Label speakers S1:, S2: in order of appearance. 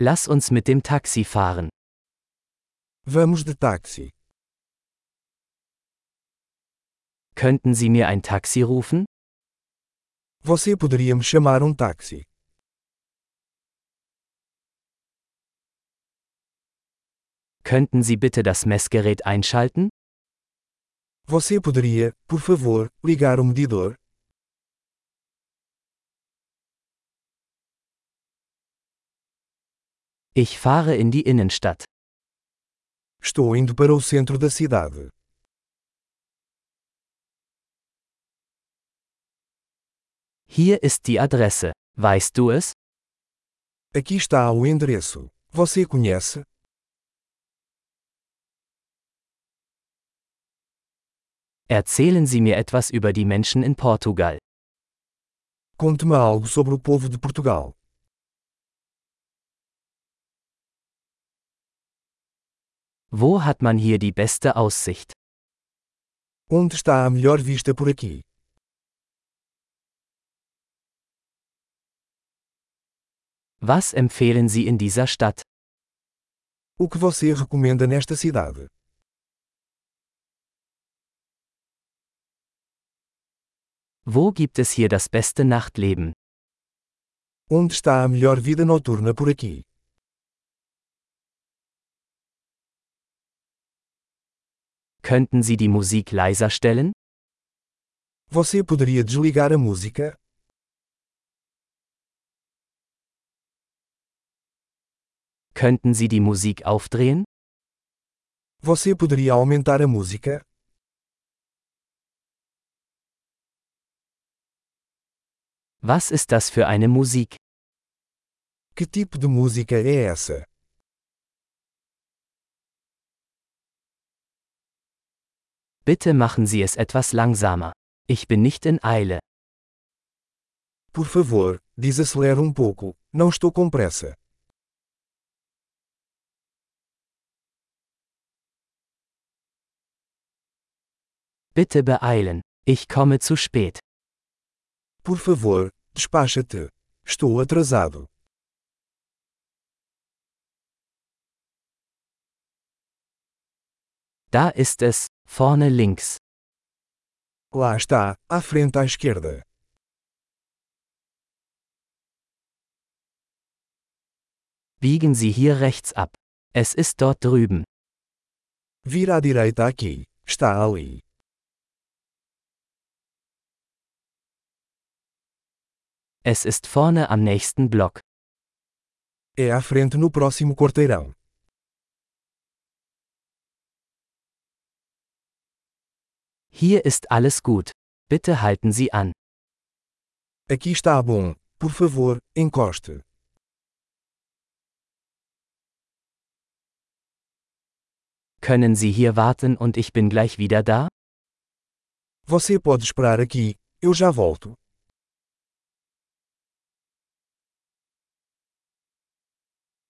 S1: Lass uns mit dem Taxi fahren.
S2: Vamos de táxi.
S1: Könnten Sie mir ein Taxi rufen?
S2: Você poderia me chamar um táxi?
S1: Könnten Sie bitte das Messgerät einschalten?
S2: Você poderia, por favor, ligar o medidor?
S1: Ich fahre in die Innenstadt.
S2: Estou indo para o centro da cidade.
S1: Hier ist die Adresse. Weißt du es?
S2: Aqui está o endereço. Você conhece?
S1: Erzählen Sie mir etwas über die Menschen in Portugal.
S2: Conte-me algo sobre o povo de Portugal.
S1: Wo hat man hier die beste Aussicht?
S2: Onde está a melhor vista por aqui?
S1: Was empfehlen Sie in dieser Stadt?
S2: O que você recomenda nesta cidade?
S1: Wo gibt es hier das beste Nachtleben?
S2: Onde está a melhor vida noturna por aqui?
S1: Könnten Sie die Musik leiser stellen?
S2: Você poderia desligar a música?
S1: Könnten Sie die Musik aufdrehen?
S2: Você poderia aumentar a música?
S1: Was ist das für eine Musik?
S2: Que tipo de música é essa?
S1: Bitte machen Sie es etwas langsamer. Ich bin nicht in Eile.
S2: Por favor, desacelera um pouco. Não estou com pressa.
S1: Bitte beeilen. Ich komme zu spät.
S2: Por favor, despacha-te. Estou atrasado.
S1: Da ist es, vorne links.
S2: Lá está, à frente à esquerda.
S1: Biegen Sie hier rechts ab. Es ist dort drüben.
S2: Vira à direita aqui. Está ali.
S1: Es ist vorne am nächsten Block.
S2: É à frente no próximo quarteirão.
S1: Hier ist alles gut. Bitte halten Sie an.
S2: Aqui está bom. Por favor, encoste.
S1: Können Sie hier warten und ich bin gleich wieder da?
S2: Você pode esperar aqui. Eu já volto.